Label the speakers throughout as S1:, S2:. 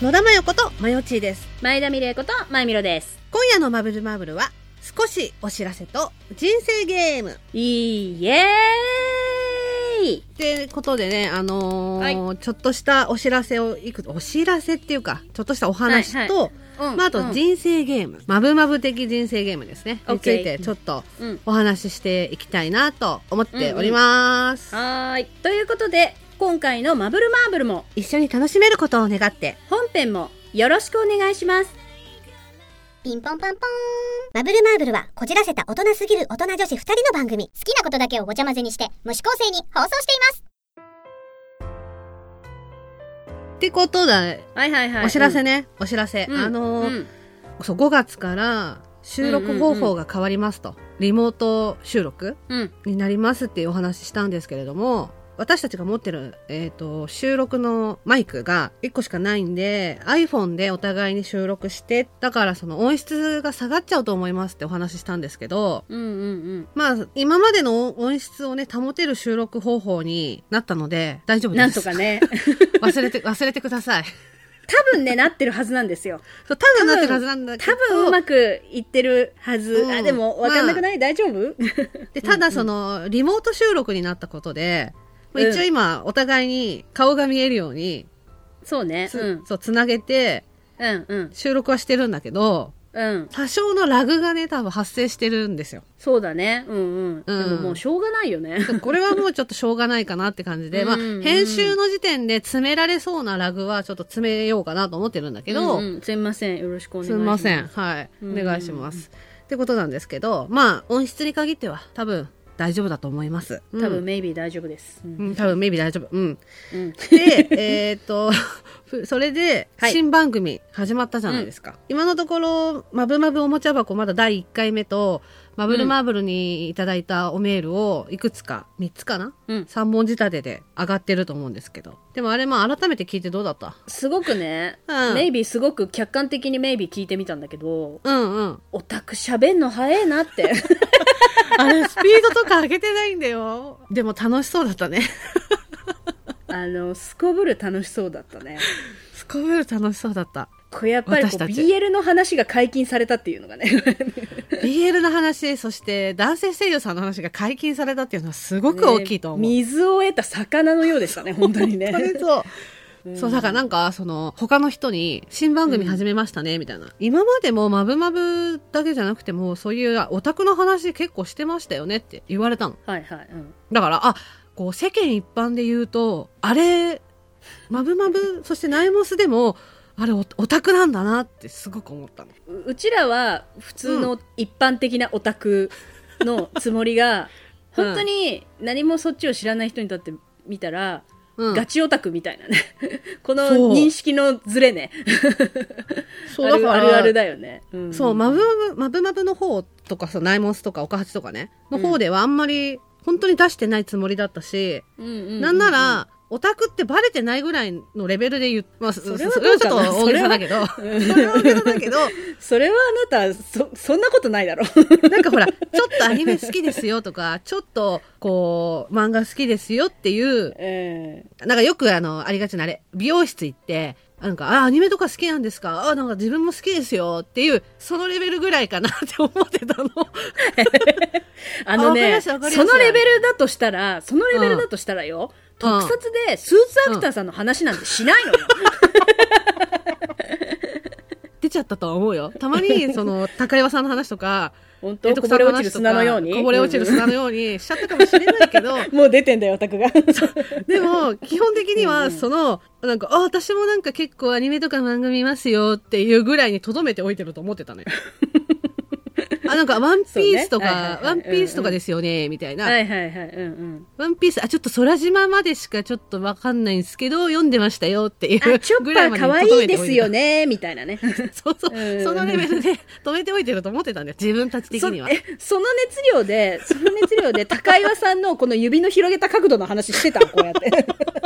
S1: 野田真代子とまよちーです。
S2: 前田美玲子と前みろです。
S1: 今夜のマブルマブルは、少しお知らせと人生ゲーム。
S2: イエーイ
S1: ってことでね、あのーちょっとしたお知らせをいくつ、お知らせっていうか、ちょっとしたお話と、
S2: はいうん
S1: まあ、あと人生ゲーム、マブマブ的人生ゲームですね。
S2: OK
S1: についてちょっと
S2: うん
S1: お話ししていきたいなと思っております。
S2: はーい。ということで、今回のマブルマーブルも、
S1: 一緒に楽しめることを願って、
S2: 本編もよろしくお願いします。
S3: ピンポンパンポーン。マブルマーブルは、こじらせた大人すぎる大人女子二人の番組。好きなことだけをごちゃ混ぜにして、無視構成に放送しています。
S1: ってことだ、
S2: はいはいはい。
S1: お知らせ
S2: ね。
S1: ね、お知らせ。
S2: うん
S1: あのー
S2: うん
S1: そう5月から収録方法が変わりますと、リモート収録
S2: うん。
S1: になりますっていうお話ししたんですけれども私たちが持ってる、えー、と収録のマイクが1個しかないんで iPhone でお互いに収録してだからその音質が下がっちゃうと思いますってお話ししたんですけど
S2: うんうん
S1: まあ今までの音質をね保てる収録方法になったので大丈夫
S2: うん。
S1: です
S2: なんとか ね。
S1: 忘れて忘れてください
S2: 多分ね、なってるはずなんですよ。
S1: そうただなってるはずなんだけど
S2: 多分うまくいってるはず。
S1: うん
S2: あ、でも、わかんなくない、大丈夫
S1: でただその、リモート収録になったことで、まあ
S2: うん
S1: 一応今お互いに顔が見えるように
S2: そうね。
S1: つ、
S2: うん。
S1: そうつなげて
S2: うんうん。
S1: 収録はしてるんだけど
S2: うん。
S1: 多少のラグがね多分発生してるんですよ。
S2: そうだね。うんうん。でももうしょうがないよね。
S1: これはもうちょっとしょうがないかなって感じで、まあ、
S2: うんうん
S1: 編集の時点で詰められそうなラグはちょっと詰めようかなと思ってるんだけど、
S2: うんうんすみませんよろしくお願い
S1: す
S2: し
S1: み
S2: ま
S1: ますせん。はい。お
S2: うんうん
S1: 願いします。ってことなんですけど、まあ、音質に限っては多分大丈夫だと思います。
S2: 多分、メイビー大丈夫です、うん
S1: うん、うん、多分、メイビー大丈夫。うん。
S2: うん
S1: で、えっと、ふそれで、
S2: はい
S1: 新番組始まったじゃないですか。今のところ、まぶまぶおもちゃ箱まだ第1回目と、マブルマーブルにいただいたおメールをいくつか、3つかな
S2: うん、
S1: ?3 本仕立てで上がってると思うんですけど。でもあれ、まあ改めて聞いてどうだった
S2: すごくね、
S1: うん
S2: メイビーすごく客観的にメイビー聞いてみたんだけど
S1: うんうん。
S2: オタクしゃべんの早えなって
S1: あれ、スピードとか上げてないんだよ。でも楽しそうだったね。
S2: あのすこぶる楽しそうだったね
S1: すこぶる楽しそうだった。
S2: これやっぱりこ
S1: 私
S2: う
S1: たち
S2: BL の話が解禁されたっていうのがね
S1: BL の話、そして男性声優さんの話が解禁されたっていうのはすごく大きいと思う。
S2: ね水を得た魚のようでしたね本当にね
S1: 本当にそう。そう、だからなんか、その、他の人に、新番組始めましたね、みたいな。今までも、まぶまぶだけじゃなくても、そういう、オタクの話結構してましたよねって言われたの。
S2: はいはい、うん、
S1: だから、あ、こう、世間一般で言うと、あれ、まぶま ぶ、そしてナイモスでも、あれオ、オタクなんだなってすごく思ったの。
S2: ううちらは普通の一般的なオタクのつもりが、
S1: うん
S2: 本当に何もそっちを知らない人にとって見たら、
S1: うん。
S2: ガチオタクみたいなね この
S1: そう
S2: 認識のズレねあ
S1: そう、だか
S2: る
S1: ら
S2: あるあるだよね、ん
S1: そう、マブマブ、マブマブの方とかさ、ナイモスとか、オカハチとかね、の方ではあんまり、本当に出してないつもりだったし、
S2: うんうんうんうん
S1: なんなら、オタクってバレてないぐらいのレベルで言う、まあ、そそ
S2: それ
S1: れ
S2: は
S1: は
S2: どう
S1: ち
S2: か
S1: ょ
S2: な
S1: っと大げさだけど、それは大げさだけど、
S2: それはあなたそそんなことない だろ
S1: なんかほら、ちょっとアニメ好きですよとか、ちょっと、こう、漫画好きですよっていう、
S2: え
S1: なんかよくあの、ありがちなあれ、美容室行って、なんか、あ、アニメとか好きなんですかあ、なんか自分も好きですよっていう、そのレベルぐらいかなって思ってたの。
S2: えあの
S1: わかり
S2: ね
S1: まし
S2: そ
S1: たわかりました
S2: のレベルだとしたらそのレベルだとしたらよ、
S1: うん
S2: 特撮でスーツアクターさんの話なんてしないのよ、
S1: 出ちゃったとは思うよ。たまに、その、高岩さんの話と か、
S2: 本当こぼれ落ちる砂のように
S1: こぼれ落ちる砂のようにしちゃったかもしれないけど、
S2: もう出てんだよオタクが
S1: でも、基本的に
S2: うんう
S1: は、
S2: ん
S1: その、なんか、あ、私もなんか結構アニメとか漫画見ますよっていうぐらいに留めておいてると思ってたのよ。 あ、なんか、ワンピースと
S2: そうねはいは
S1: か
S2: いは、い
S1: ワンピースとかですよね、みたいな。
S2: はいはいはいうんうん
S1: ワンピース、あ、ちょっと空島までしかちょっとわかんないんですけど、読んでましたよっていう
S2: あ、チョッ
S1: ぐらいま
S2: パー
S1: で
S2: 可
S1: に
S2: 愛
S1: 留
S2: い
S1: めて
S2: で
S1: お
S2: す
S1: て
S2: よね、みたいな ね。
S1: そうそうう。
S2: ん
S1: そのレベルで止めておいてると思ってたんだよ。自分たち的
S2: そ
S1: には。
S2: えその熱量で、その熱量で、高岩さんのこの指の広げた角度の話してたのこうやって。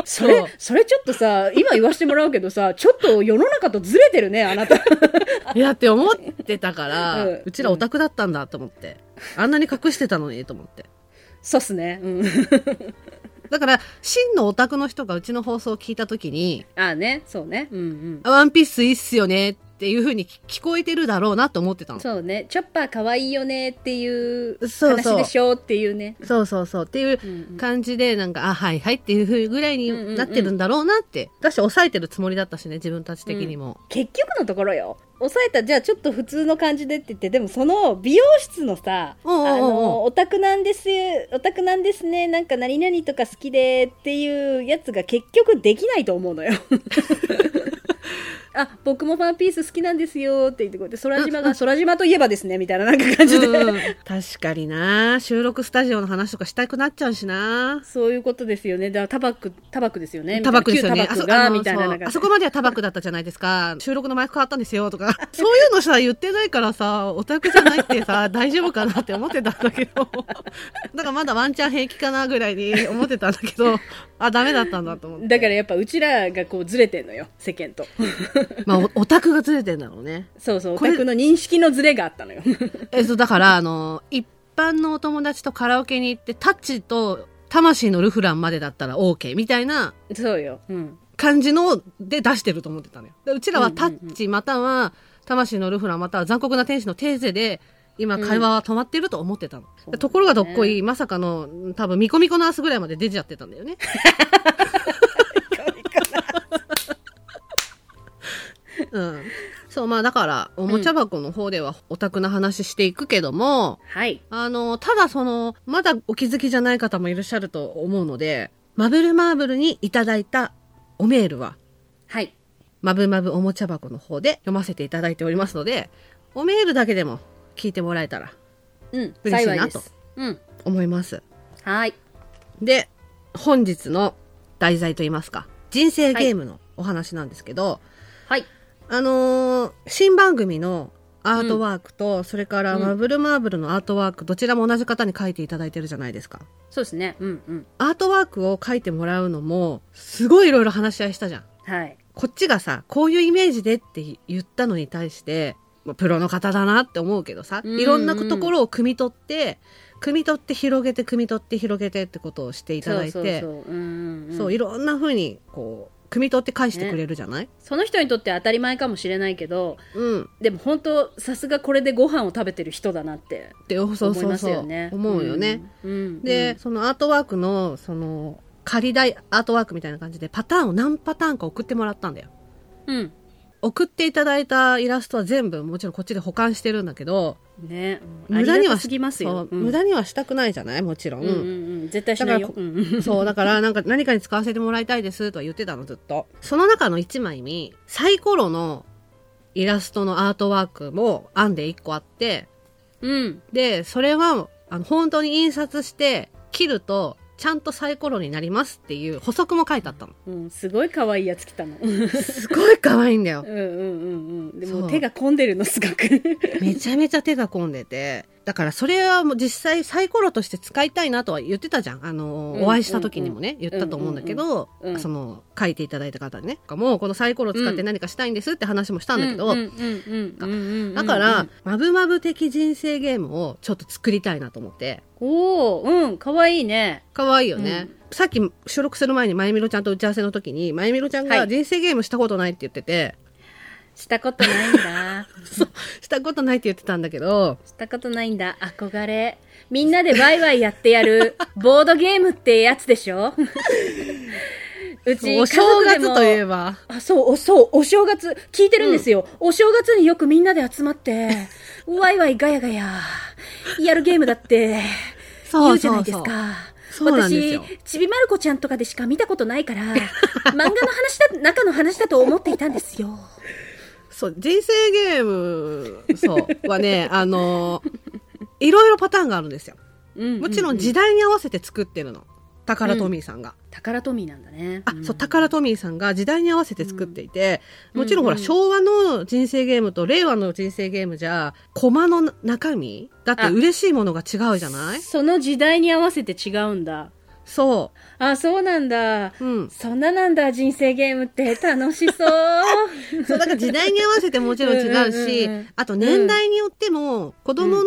S2: そ
S1: そう
S2: れ、 それちょっとさ、今言わせてもらうけどさ、ちょっと世の中とずれてるね、あなた。
S1: いやって思ってたから、
S2: う
S1: うんちらオタクだったんだと思って。あんなに隠してたのにと思って。
S2: そうっすね。うん。
S1: だから、真のオタクの人がうちの放送を聞いたときに、
S2: ああね、そうね。うん
S1: あワンピースいいっすよねっていう風に聞聞こえてるだろうなと思ってた
S2: うん。
S1: の。
S2: そうね。チョッパー可愛いよねっていう
S1: そうそう
S2: 話でしょうっていうね。
S1: そうそうそうっていう
S2: うんうん
S1: 感じで、なんか、あ、はいはいっていう風ぐらい
S2: うんうんう
S1: に
S2: ん
S1: なってるんだろうなって。私、抑えてるつもりだったしね、自分たち的にも。
S2: 結局のところよ。抑えた、じゃあちょっと普通の感じでって言って、でもその美容室のさ、
S1: おうおうおう
S2: あの、オタクなんです、オタクなんですね、なんか何々とか好きでっていうやつが結局できないと思 うのよ。 あ、僕もファンピース好きなんですよって言ってこうやって、空 島が、空島といえばですね、みたいななんか感じで。
S1: うん 確かにな収録スタジオの話とかしたくなっちゃうしな
S2: そういうことですよね。だからタバク、タバクですよね。
S1: タバコですよ
S2: み
S1: ね。
S2: たいな旧タバク
S1: あ
S2: が、
S1: そ
S2: みたいな
S1: あのそ
S2: なん
S1: う
S2: か
S1: あそこまではタバコだったじゃないですか。収録のマイク変わったんですよとか。そういうのさ、言ってないからさ、オタクじゃないってさ、大丈夫かなって思ってたんだけど。だからまだワンチャン平気かなぐらいに思ってたんだけど、あ、ダメだったんだと 思って。
S2: だからやっぱうちらがこうずれてんのよ、世間と。
S1: まあ、おオタクがずれてんだろうね。
S2: そうそう、オ
S1: これ
S2: タクの認識のずれがあったのよ。
S1: え、そう、だから、あの、一般のお友達とカラオケに行って、タッチと魂のルフランまでだったら OK みたいな
S2: そうよ。うん。
S1: 感じので出してると思ってたのよ。でうちらは
S2: うんうんう
S1: タ
S2: ん
S1: ッチまたは魂のルフランまたは残酷な天使のテーゼで今会話は止まってると思ってたの。
S2: うん
S1: でところがどっこい、まさかの多分ミコミコの明日ぐらいまで出ちゃってたんだよね。うん。そう、まあだからおもちゃ箱の方ではオタクな話していくけども、
S2: はい。
S1: あの、ただその、まだお気づきじゃない方もいらっしゃると思うので、マブルマーブルにいただいたおメールは、
S2: はい。
S1: まぶまぶおもちゃ箱の方で読ませていただいておりますので、おメールだけでも聞いてもらえたら
S2: うん。
S1: 嬉しい
S2: 幸
S1: ない
S2: です。
S1: と
S2: うん。
S1: 思います。
S2: はい。
S1: で、本日の題材といいますか、人生ゲームのお話なんですけど、
S2: はい。
S1: あのー新番組のアートワークと、それから
S2: うん
S1: マブルマーブルのアートワーク、どちらも同じ方に書いていただいてるじゃないですか。
S2: そうですね。うんうん。
S1: アートワークを書いてもらうのも、すごいいろいろ話し合いしたじゃん。
S2: はい。
S1: こっちがさ、こういうイメージでって言ったのに対して、まあプロの方だなって思うけどさ、
S2: うんうん
S1: いろんなところを汲み取って、汲み取って広げて、汲み取って広げてってことをしていた
S2: そ
S1: だ
S2: う
S1: い
S2: そ
S1: て、そうう
S2: そう。うん、うん。
S1: いろんな風に、こう、汲み取って返してくれるじゃない、
S2: その人にとって当たり前かもしれないけど、
S1: うん。
S2: でも本当、さすがこれでご飯を食べてる人だなって
S1: って、そうそう
S2: 思い
S1: そう。
S2: ますよね。
S1: 思うよね。
S2: うん。うん。
S1: で、そのアートワークの、その、仮代アートワークみたいな感じで、パターンを何パターンか送ってもらったんだよ。
S2: うん。
S1: 送っていただいたイラストは全部もちろんこっちで保管してるんだけど
S2: うん。ね。
S1: 無駄には
S2: すぎますよ。
S1: そう
S2: うん
S1: 無駄にはしたくないじゃないもちろん、
S2: うんうんうん。絶対しないよ
S1: だ。か
S2: うんうん。
S1: そうだからなんか何かに使わせてもらいたいですとは言ってたのずっとその中の1枚にサイコロのイラストのアートワークも編んで1個あって
S2: うん。
S1: でそれはあの本当に印刷して切るとちゃんとサイコロになりますっていう補足も書いてあったの
S2: うん、すごい可愛いやつ来たの。うん
S1: すごい可愛いんだよ
S2: うんうんうん。で
S1: そ
S2: も
S1: う
S2: 手が込んでるの、すごく。
S1: めちゃめちゃ手が込んでて。だからそれはもう実際サイコロとして使いたいなとは言ってたじゃん。あの、
S2: うん
S1: お会いした時にもね、言ったと思うんだけど、
S2: うんうんうん
S1: その、書いていただいた方にね、もうこのサイコロ使って何かしたいんですって話もしたんだけど、
S2: うんうんうんうんうんうんうん
S1: だから、まぶまぶ的人生ゲームをちょっと作りたいなと思って。
S2: おおうんかわいいね
S1: 可愛いよね。さっき収録する前にまゆみろちゃんと打ち合わせの時に、まゆみろちゃん
S2: は
S1: が
S2: い
S1: 人生ゲームしたことないって言ってて、
S2: したことないんだ
S1: したことないって言ってたんだけど、
S2: したことないんだ憧れみんなでワイワイやってやるボードゲームってやつでしょうち
S1: お正
S2: 家族で
S1: 月
S2: も
S1: といえば。
S2: あそうおそうお正月聞いてるんですよ、お正月によくみんなで集まってワイワイガヤガヤやるゲームだって言うじゃないですか。
S1: そうなんですよ
S2: 私、ちびまる子ちゃんとかでしか見たことない から、漫画の話だ、中の話だと思っていたんですよ。
S1: そう、人生ゲーム、そう、は ね、あの、いろいろパターンがあるんですよ。もちろん時
S2: 代。
S1: 代に合わせて作ってるの。タカラトミーさんが。
S2: 宝トミーなんだね。
S1: あ、そう、タカラトミーさんが時代に合わせて作っていて、
S2: うん
S1: もちろんほら、
S2: うんうん
S1: 昭和の人生ゲームと令和の人生ゲームじゃ、コマの中身だって
S2: あ
S1: 嬉しいものが違うじゃない
S2: その時代に合わせて違うんだ。
S1: そ
S2: あ、そうなんだ。
S1: う。うん。
S2: そんななんだ、人生ゲームって楽しそう。
S1: そう、だから時代に合わせてもちろん違うし、
S2: うんうんうんうん
S1: あと年代によっても、子供の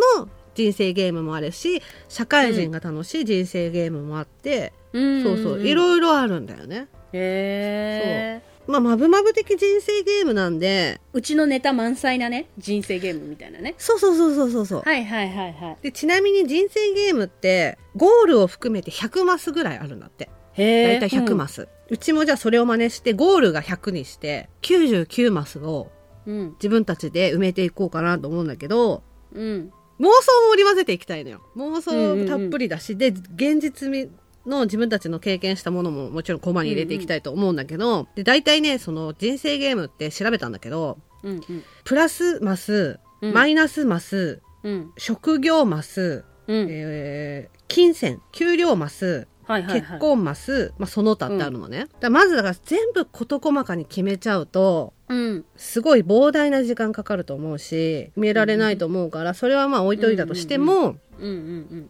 S1: 人生ゲームもあるし社会人が楽しい人生ゲームもあって、
S2: うん
S1: そうそういろいろあるんだよね。
S2: へえ
S1: まあ、まぶまぶ的人生ゲームなんで
S2: うちのネタ満載なね人生ゲームみたいなね
S1: そうそうそうそうそうそう、
S2: はいはいはいはい
S1: でちなみに人生ゲームってゴールを含めて100マスぐらいあるんだって
S2: へ
S1: 大
S2: え
S1: 体100マス、うちもじゃあそれを真似してゴールが100にして99マスを
S2: うん
S1: 自分たちで埋めていこうかなと思うんだけど
S2: うん
S1: 妄想も織り交ぜていきたいのよ妄想たっぷりだし、で現実味の自分たちの経験したものももちろんコマに入れていきたいと思うんだけど、で大体ねその人生ゲームって調べたんだけど
S2: うんうん
S1: プラスマス
S2: うん
S1: マイナスマス、
S2: うん
S1: 職業マス、
S2: うん
S1: えー金銭給料マス
S2: はいはいはい
S1: 結婚マス、まあ、その他ってあるのね、だからまずだから全部事細かに決めちゃうと
S2: うん
S1: すごい膨大な時間かかると思うし決められないと思うからそれはまあ置いといたとしても、
S2: うんうん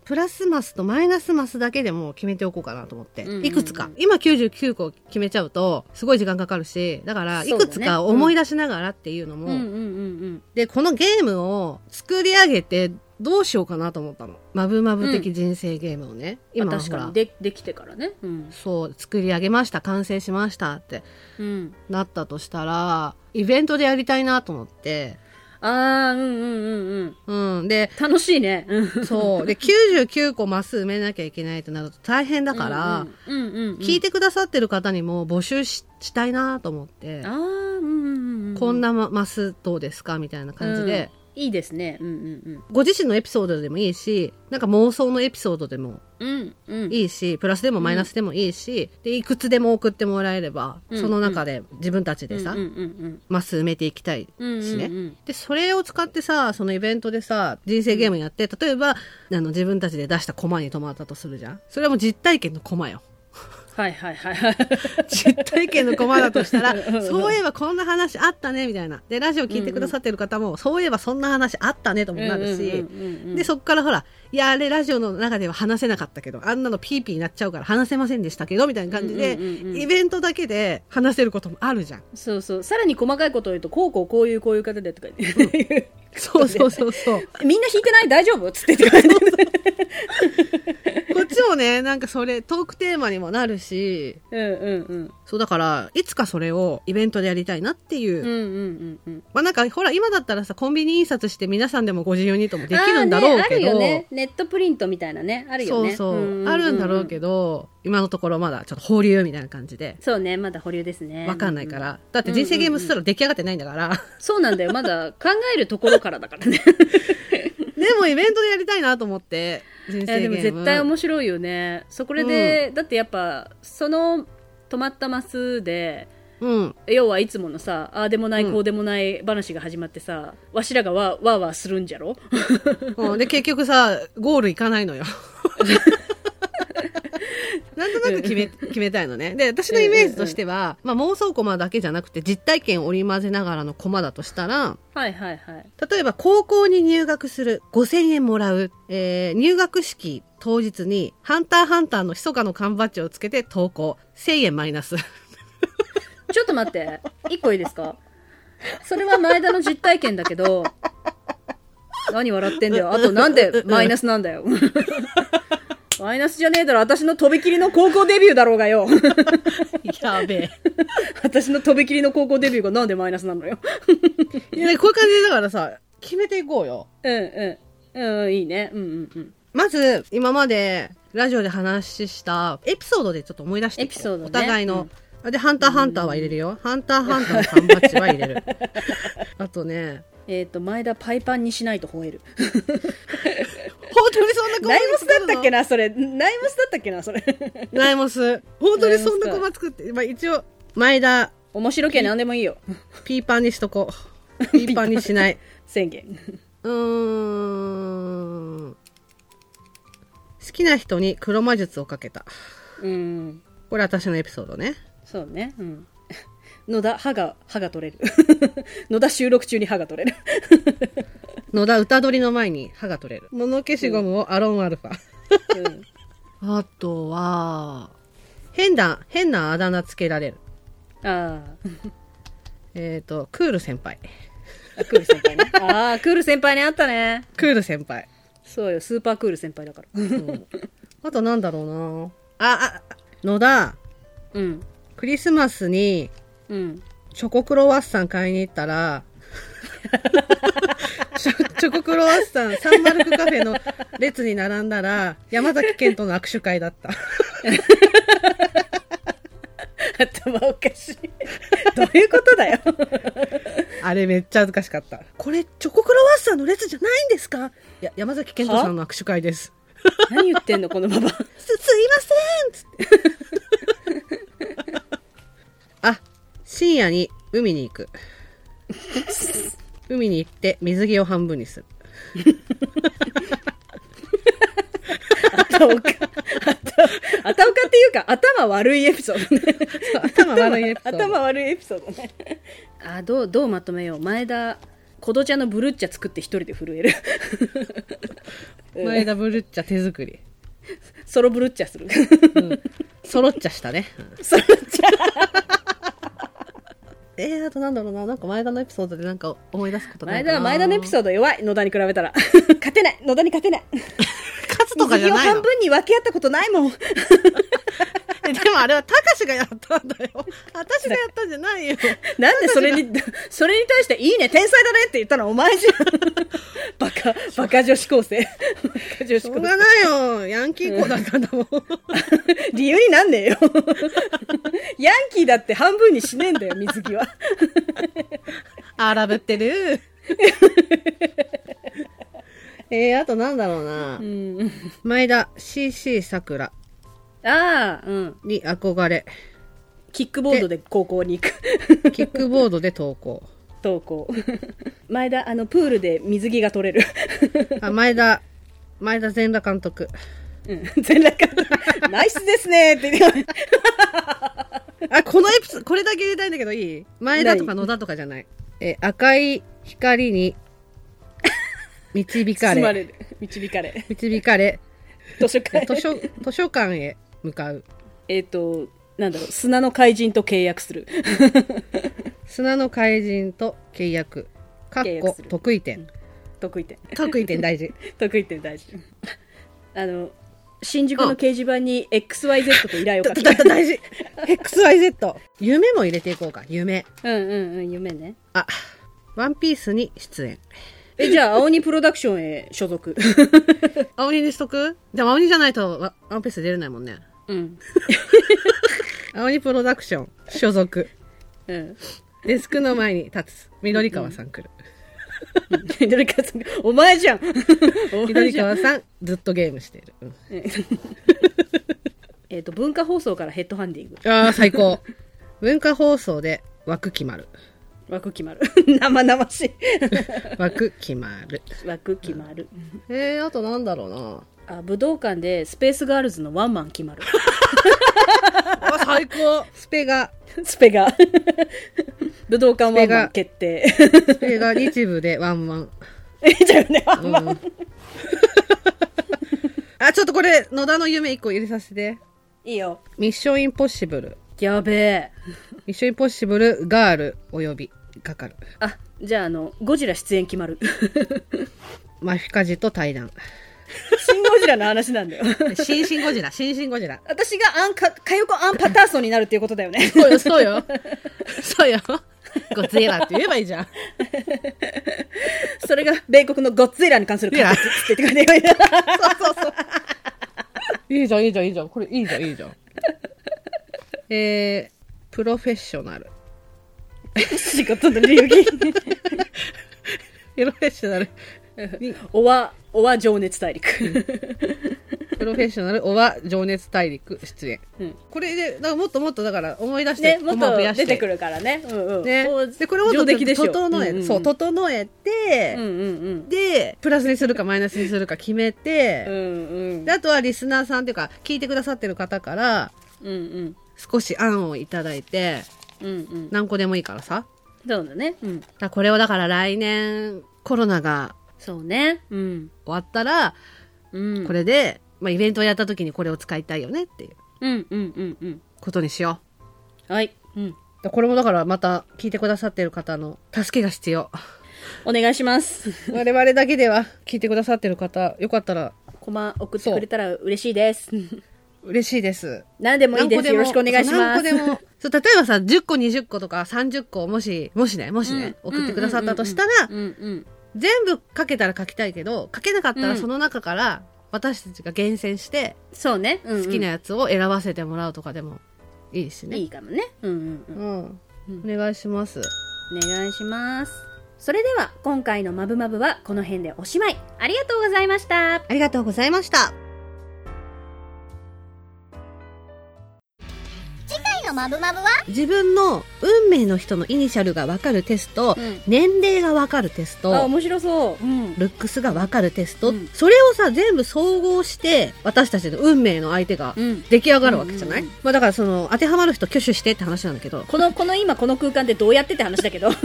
S1: プラスマスとマイナスマスだけでもう決めておこうかなと思って、
S2: うんうんうん
S1: いくつか今99個決めちゃうとすごい時間かかるしだからい
S2: そうだね
S1: くつか思い出しながらっていうのも
S2: うんうんうんうん
S1: でこのゲームを作り上げてどうしようかなと思ったのまぶまぶ的人生ゲームをね、
S2: ま
S1: 今
S2: あ確
S1: ほ
S2: からにでできてからねうん
S1: そう作り上げました完成しましたって
S2: うん
S1: なったとしたらイベントでやりたいなと思って
S2: ああうんうんうんうん
S1: うんで
S2: 楽しいねうん
S1: そうで99個マス埋めなきゃいけないとなると大変だから、
S2: うんうんうんうん
S1: 聞いてくださってる方にも募集ししたいなと思って
S2: ああうんうんうん
S1: こんなまマスどうですかみたいな感じで、、
S2: うんいいですねうんうん
S1: ご自身のエピソードでもいいしなんか妄想のエピソードでも
S2: うんうんうんい
S1: いいしプラスでもマイナスでもいいし、でいくつでも送ってもらえれば、
S2: うん
S1: その中で自分たちでさ、
S2: うんうん
S1: マス埋めていきたい
S2: うんうん
S1: しね。
S2: うんうん
S1: で、それを使ってさ、そのイベントでさ、人生ゲームやって、例えば、あの、自分たちで出したコマに止まったとするじゃんそれはもう実体験のコマよ。
S2: はいはいはいはい
S1: 実体験のコマだとしたら
S2: うんうん
S1: そういえばこんな話あったねみたいなでラジオ聞いてくださってる方も、そういえばそんな話あったねともなるし、
S2: うんうんうんうん
S1: でそっからほらいやあれラジオの中では話せなかったけどあんなのピーピーになっちゃうから話せませんでしたけどみたいな感じで、
S2: うんうんうん
S1: イベントだけで話せることもあるじゃん。
S2: そうそうさらに細かいことを言うとこうこうこういうこういう方でとか 言って、
S1: そうそうそうそう。
S2: みんな弾いてない大丈夫っつってとか言 って
S1: こっちもね、なんかそれ、トークテーマにもなるし、
S2: うんうんうん
S1: そうだから、いつかそれをイベントでやりたいなっていう、
S2: うんうんうんうん
S1: まあなんか、ほら、今だったらさ、コンビニ印刷して皆さんでもご自由にともできるんだろうけど、
S2: あーねあるよねネットプリントみたいなねあるよ
S1: そう
S2: ね
S1: そう、
S2: んんん
S1: あるんだろうけど今のところまだちょっと保留みたいな感じで
S2: そうねまだ保留ですね
S1: わかんないか
S2: う
S1: ら、だって人生ゲームすら出来上がってないんだから、
S2: んそうなんだよまだ考えるところからだ からね
S1: でもイベントでやりたいなと思って人
S2: いや
S1: 生ゲ
S2: で
S1: ーム
S2: も絶対面白いよねそこれで、だってやっぱその止まったマスで
S1: うん
S2: 要はいつものさああでもない
S1: うん
S2: こうでもない話が始まってさ、わしらがわわーわーするんじゃろ
S1: うん、で結局さゴールいかないのよなんとなく決め決めたいのねで私のイメージとしては、まあ、妄想コマだけじゃなくて実体験を織り交ぜながらのコマだとしたら
S2: はいはいはい
S1: 例えば高校に入学する5000円もらう、えー入学式当日に「ハンターハンター」の密かの缶バッジをつけて投稿1000円マイナス
S2: ちょっと待って一個いいですかそれは前田の実体験だけど何笑ってんだよあとなんでマイナスなんだよ マイナスじゃねえだろ私のとびきりの高校デビューだろうがよ
S1: やべ
S2: 私のとびきりの高校デビューがなんでマイナスなのよ
S1: えいやこういう感じだからさ決めていこうよ
S2: うんうん。うん、いいね。うんうんうん。
S1: まず今までラジオで話したエピソードでちょっと思い出していこう
S2: エピソードね
S1: お互いの、で「ハンターハンター」は入れるよ「ハンターハンター」の缶バッジは入れ るあとね
S2: えっ、と、前田パイパンにしないと吠える。
S1: 本当にそんなコマ
S2: ナイモスだったっけ
S1: な
S2: な、それ。ナイモスだったっけな、それ。
S1: ナイモス本当にそんなコマ作って、まあ、一応前田
S2: 面白けなんでもいいよ。
S1: ピーパンにしとこ う。ピーパンにしない。
S2: 宣言。
S1: うーん。好きな人に黒魔術をかけた。
S2: うん。
S1: これ私のエピソードね。
S2: そうね。うん。 野田、歯が、歯が取れる。 野田収録中に歯が取れる。
S1: 野田歌取りの前に歯が取れる。物消しゴムをアロンアルファ。
S2: うん、
S1: あとは、変な、変なあだ名つけられる。
S2: あー
S1: えっ、と、クール先輩。
S2: あ。クール先輩ね。ああ、クール先輩にあったね。
S1: クール先輩。
S2: そうよ、スーパークール先輩だから。
S1: そうあとなんだろうなあ、あ、野田、
S2: うん。
S1: クリスマスに
S2: うん。
S1: チョコクロワッサン買いに行ったら、 チョチョコクロワッサン、サンマルクカフェの列に並んだら、山崎賢人の握手会だった。
S2: 頭おかしい。どういうことだよ。
S1: あれめっちゃ恥ずかしかった。これ、チョコクロワッサンの列じゃないんですかいや、山崎賢人さんの握手会です。
S2: 何言ってんの、このまま。
S1: す、すいませんつって。 あ、深夜に海に行く。海に行って水着を半分にする。
S2: 頭おか、頭頭おかっていうか、頭悪いエピソードね。
S1: 頭悪いエピソード
S2: 頭悪いエピソードね。あ、どう、どうまとめよう。前田、コドちゃんのブルッチャ作って一人で震え る。
S1: 前田ブルッチャ手作り。
S2: ソロブルッチャする。
S1: うん。ソロッチャしたね。
S2: ソロブルッチャ。
S1: えー、あとなんだろうな。なんか前田のエピソードでなんか思い出すことない
S2: 前
S1: か
S2: 田
S1: な
S2: は前田のエピ
S1: ー
S2: ソード弱い。野田に比べたら。 勝てない。野田に勝て ない。
S1: ド。勝つとかじゃない
S2: 水着を
S1: の
S2: 半。分に分け合ったことないもん。
S1: えでもあれはたかしがやったんだよ。私がやったんじゃないよ。
S2: なんでそれに、 それに対して、いいね、天才だねって言ったのはお前 じゃん。バカ、バカ女子高生。バカ女
S1: し
S2: 子
S1: ょう
S2: 高
S1: が
S2: 生。
S1: ないよ。ヤンキー校だったんだ もん。
S2: 理由になんねえよ。 ヤンキーだって半分にしねえんだよ、水着は。
S1: 荒ぶって る。えー、あとなんだろうな。
S2: うん。
S1: 前田 CC さくら
S2: ああ、うん。
S1: に憧れ。
S2: キックボードで高校に行く。
S1: キックボードで投稿。
S2: 登校。前田、あの、プールで水着が取れる。
S1: あ、前田、前田全裸監督。
S2: うん。全裸監ナイスですねって言って。
S1: あ、 このエピソード、これだけ入れたいんだけどいい前田とか野田とかじゃない。え、赤い光 に導か
S2: 包ま
S1: れ、
S2: れる。導かれ。
S1: 導かれ、
S2: 図書館。
S1: 図書、 図書館へ向かう。
S2: えっと、なんだろう、砂の怪人と契約する。
S1: 砂の怪人と契約。かっ
S2: 契約
S1: こ
S2: する
S1: 得意点。
S2: 得意点。
S1: 得意点大 事。
S2: 得意点大事。あの、新宿の掲示板に XYZ と依頼をかけ
S1: だ
S2: た。
S1: 大事 !XYZ! 夢も入れていこうか、夢。
S2: うんうんうん、夢ね。
S1: あ、ワンピースに出演。
S2: え、じゃあ、青鬼プロダクションへ所属。
S1: 青鬼にしとくでも青鬼じゃないとワワンピース出れないもんね。
S2: うん。
S1: 青鬼プロダクション、所属。
S2: うん。
S1: デスクの前に立つ。緑川さん来る。
S2: 緑川さんが、お前じゃん お前
S1: 緑
S2: じゃん。
S1: 川さん、ずっとゲームしてる。うん
S2: えっと、文化放送からヘッドハンディング。
S1: ああ、最 高。文化放送で枠決まる。
S2: 枠決まる。 生々し
S1: 枠決まる。
S2: い。 枠決まる。
S1: えー、あとなんだろうな。
S2: あ、武道館でスペースガールズのワンマン決まる。
S1: あ、最高。スペが、
S2: スペが。 武道館ワンマン決定。
S1: スペが日部でワンマン。
S2: え、じゃよね、ワンマン。
S1: うん、あ、ちょっとこれ、野田の夢一個入れさせて。
S2: いいよ。
S1: ミッションインポッシブル。
S2: やべえ。
S1: ミッションインポッシブル、ガール、および、かかる。
S2: あ、じゃあ、あの、ゴジラ出演決まる。
S1: マフィカジと対談。
S2: シンゴジラの話なんだよ。
S1: 新進ゴジラ、新進ゴジラ。
S2: 私がアンカ、かよこアンパターソンになるっていうことだよね。
S1: そうよ、そうよ。 そうよ。 ゴツエラって言えばいいじゃん。
S2: それが、米国のゴッツイラーに関する
S1: いや
S2: 感覚って言ってくれてる
S1: いいじゃん、いいじゃん、いいじゃん。これいいじゃん、いいじゃん。えー、プロフェッショナル。
S2: 仕事の流
S1: プ
S2: 儀。
S1: ロフェッショナル。
S2: おわ、おわ情熱大 陸。
S1: プロフェッショナル、おは情熱大陸出演。
S2: うん
S1: これで、なんかもっともっとだから思い出して、
S2: ね、もっ
S1: 駒を
S2: と
S1: 増やして
S2: 出てくるからね。うんうん。
S1: ね
S2: もう。
S1: で、これもっと
S2: 上出来でしょ
S1: 整え、
S2: んん
S1: そう、整えて、
S2: うんうん
S1: で、プラスにするかマイナスにするか決め
S2: うん。う
S1: て、
S2: んうん。
S1: であとはリスナーさんっていうか、聞いてくださってる方から、
S2: うんうん。
S1: 少し案をいただいて、
S2: うんうん。
S1: 何個でもいいからさ。
S2: そうだね。うん。
S1: だからこれをだから来年、コロナが
S2: そうね。うん。
S1: 終わったら、
S2: うん。
S1: こ。れで、まあ、イベントをやった時にこれを使いたいよねっていう
S2: うんうんうんうん。
S1: ことにしよ
S2: はい。うん。
S1: う。これもだからまた聞いてくださってる方の助けが必要。
S2: お願いします。
S1: 我々だけでは聞いてくださってる方、よかったら
S2: コマ送ってくれたら嬉しいです。
S1: 嬉しいです。
S2: 何でもいいです。よろしくお願いします。
S1: そう何個でも。 そう、例えばさ、10個、20個とか30個、もし、もしね、もしね、
S2: うん
S1: 送ってくださったとしたら、
S2: うんうん。
S1: 全部書けたら書きたいけど、書けなかった
S2: うん
S1: らその中から、私たちが厳選して、
S2: そうね。うんうん
S1: 好きなやつを選ばせてもらうとかでもいいしね。
S2: いいかもね。うんうんうん。
S1: うん。
S2: うん
S1: お願いします。
S2: お願いします。それでは今回のマブマブはこの辺でおしまい。ありがとうございました。
S1: ありがとうございました。
S3: 次回のマブマブは
S1: 自分の運命の人のイニシャルがわかるテスト、年齢がわかるテス
S2: あ、
S1: ト、
S2: 面白そう。うん。
S1: ルックスがわかるテスト、
S2: うん
S1: それをさ、全部総合して、私たちの運命の相手が
S2: うん。
S1: 出来上がるわけじゃない、
S2: うんうん
S1: まあだからその、当てはまる人挙手してって話なんだけど、
S2: この、この今この空間でどうやってって話だけど。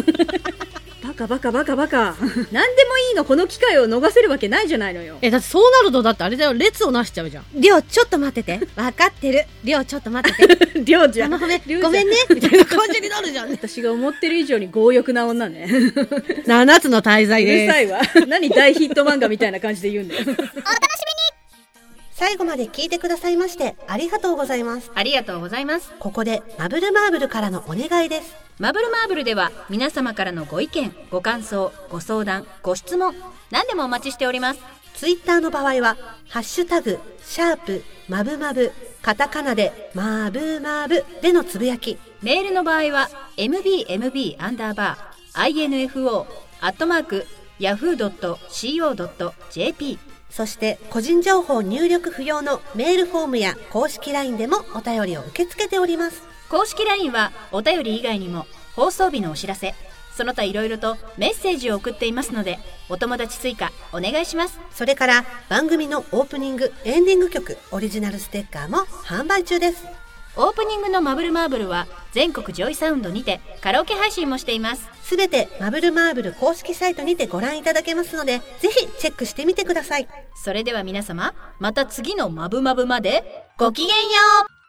S2: バカバカバカバカ。何でもいいの、この機会を逃せるわけないじゃないのよ。
S1: え、だってそうなるとだってあれだよ、列をなしちゃうじゃん。りょう、ちょっと待ってて。わかってる。りょう、ちょっと待 ってて。
S2: りょうちゃん。
S1: 褒め
S2: りょうちゃん
S1: ね。みたいな感じになるじゃ ん。
S2: 私が思ってる以上に強欲な女ね。うる
S1: 7つの滞在です。
S2: さいわ。何大ヒット漫画みたいな感じで言うんだよ。
S4: 最後まで聞いてくださいましてありがとうございます。
S5: ありがとうございます。
S4: ここでマブルマーブルからのお願いです。
S5: マブルマーブルでは皆様からのご意見、ご感想、ご相談、ご質問、何でもお待ちしております。
S4: ツイッターの場合は、ハッシュタグ、シャープ、マブマブ、カタカナで、マーブマーブでのつぶやき、
S5: メールの場合は mbmb アンダーバー info アットマーク yahoo.co.jp
S4: そして個人情報入力不要のメールフォームや公式 LINE でもお便りを受け付けております。
S5: 公式 LINE はお便り以外にも放送日のお知らせ、その他いろいろとメッセージを送っていますのでお友達追加お願いします。
S4: それから番組のオープニング、エンディング曲、オリジナルステッカーも販売中です。
S5: オープニングのマブルマーブルは全国ジョイサウンドにてカラオケ配信もしています。
S4: すべてマブルマーブル公式サイトにてご覧いただけますので、ぜひチェックしてみてください。
S5: それでは皆様、また次のマブマブまでごきげんよう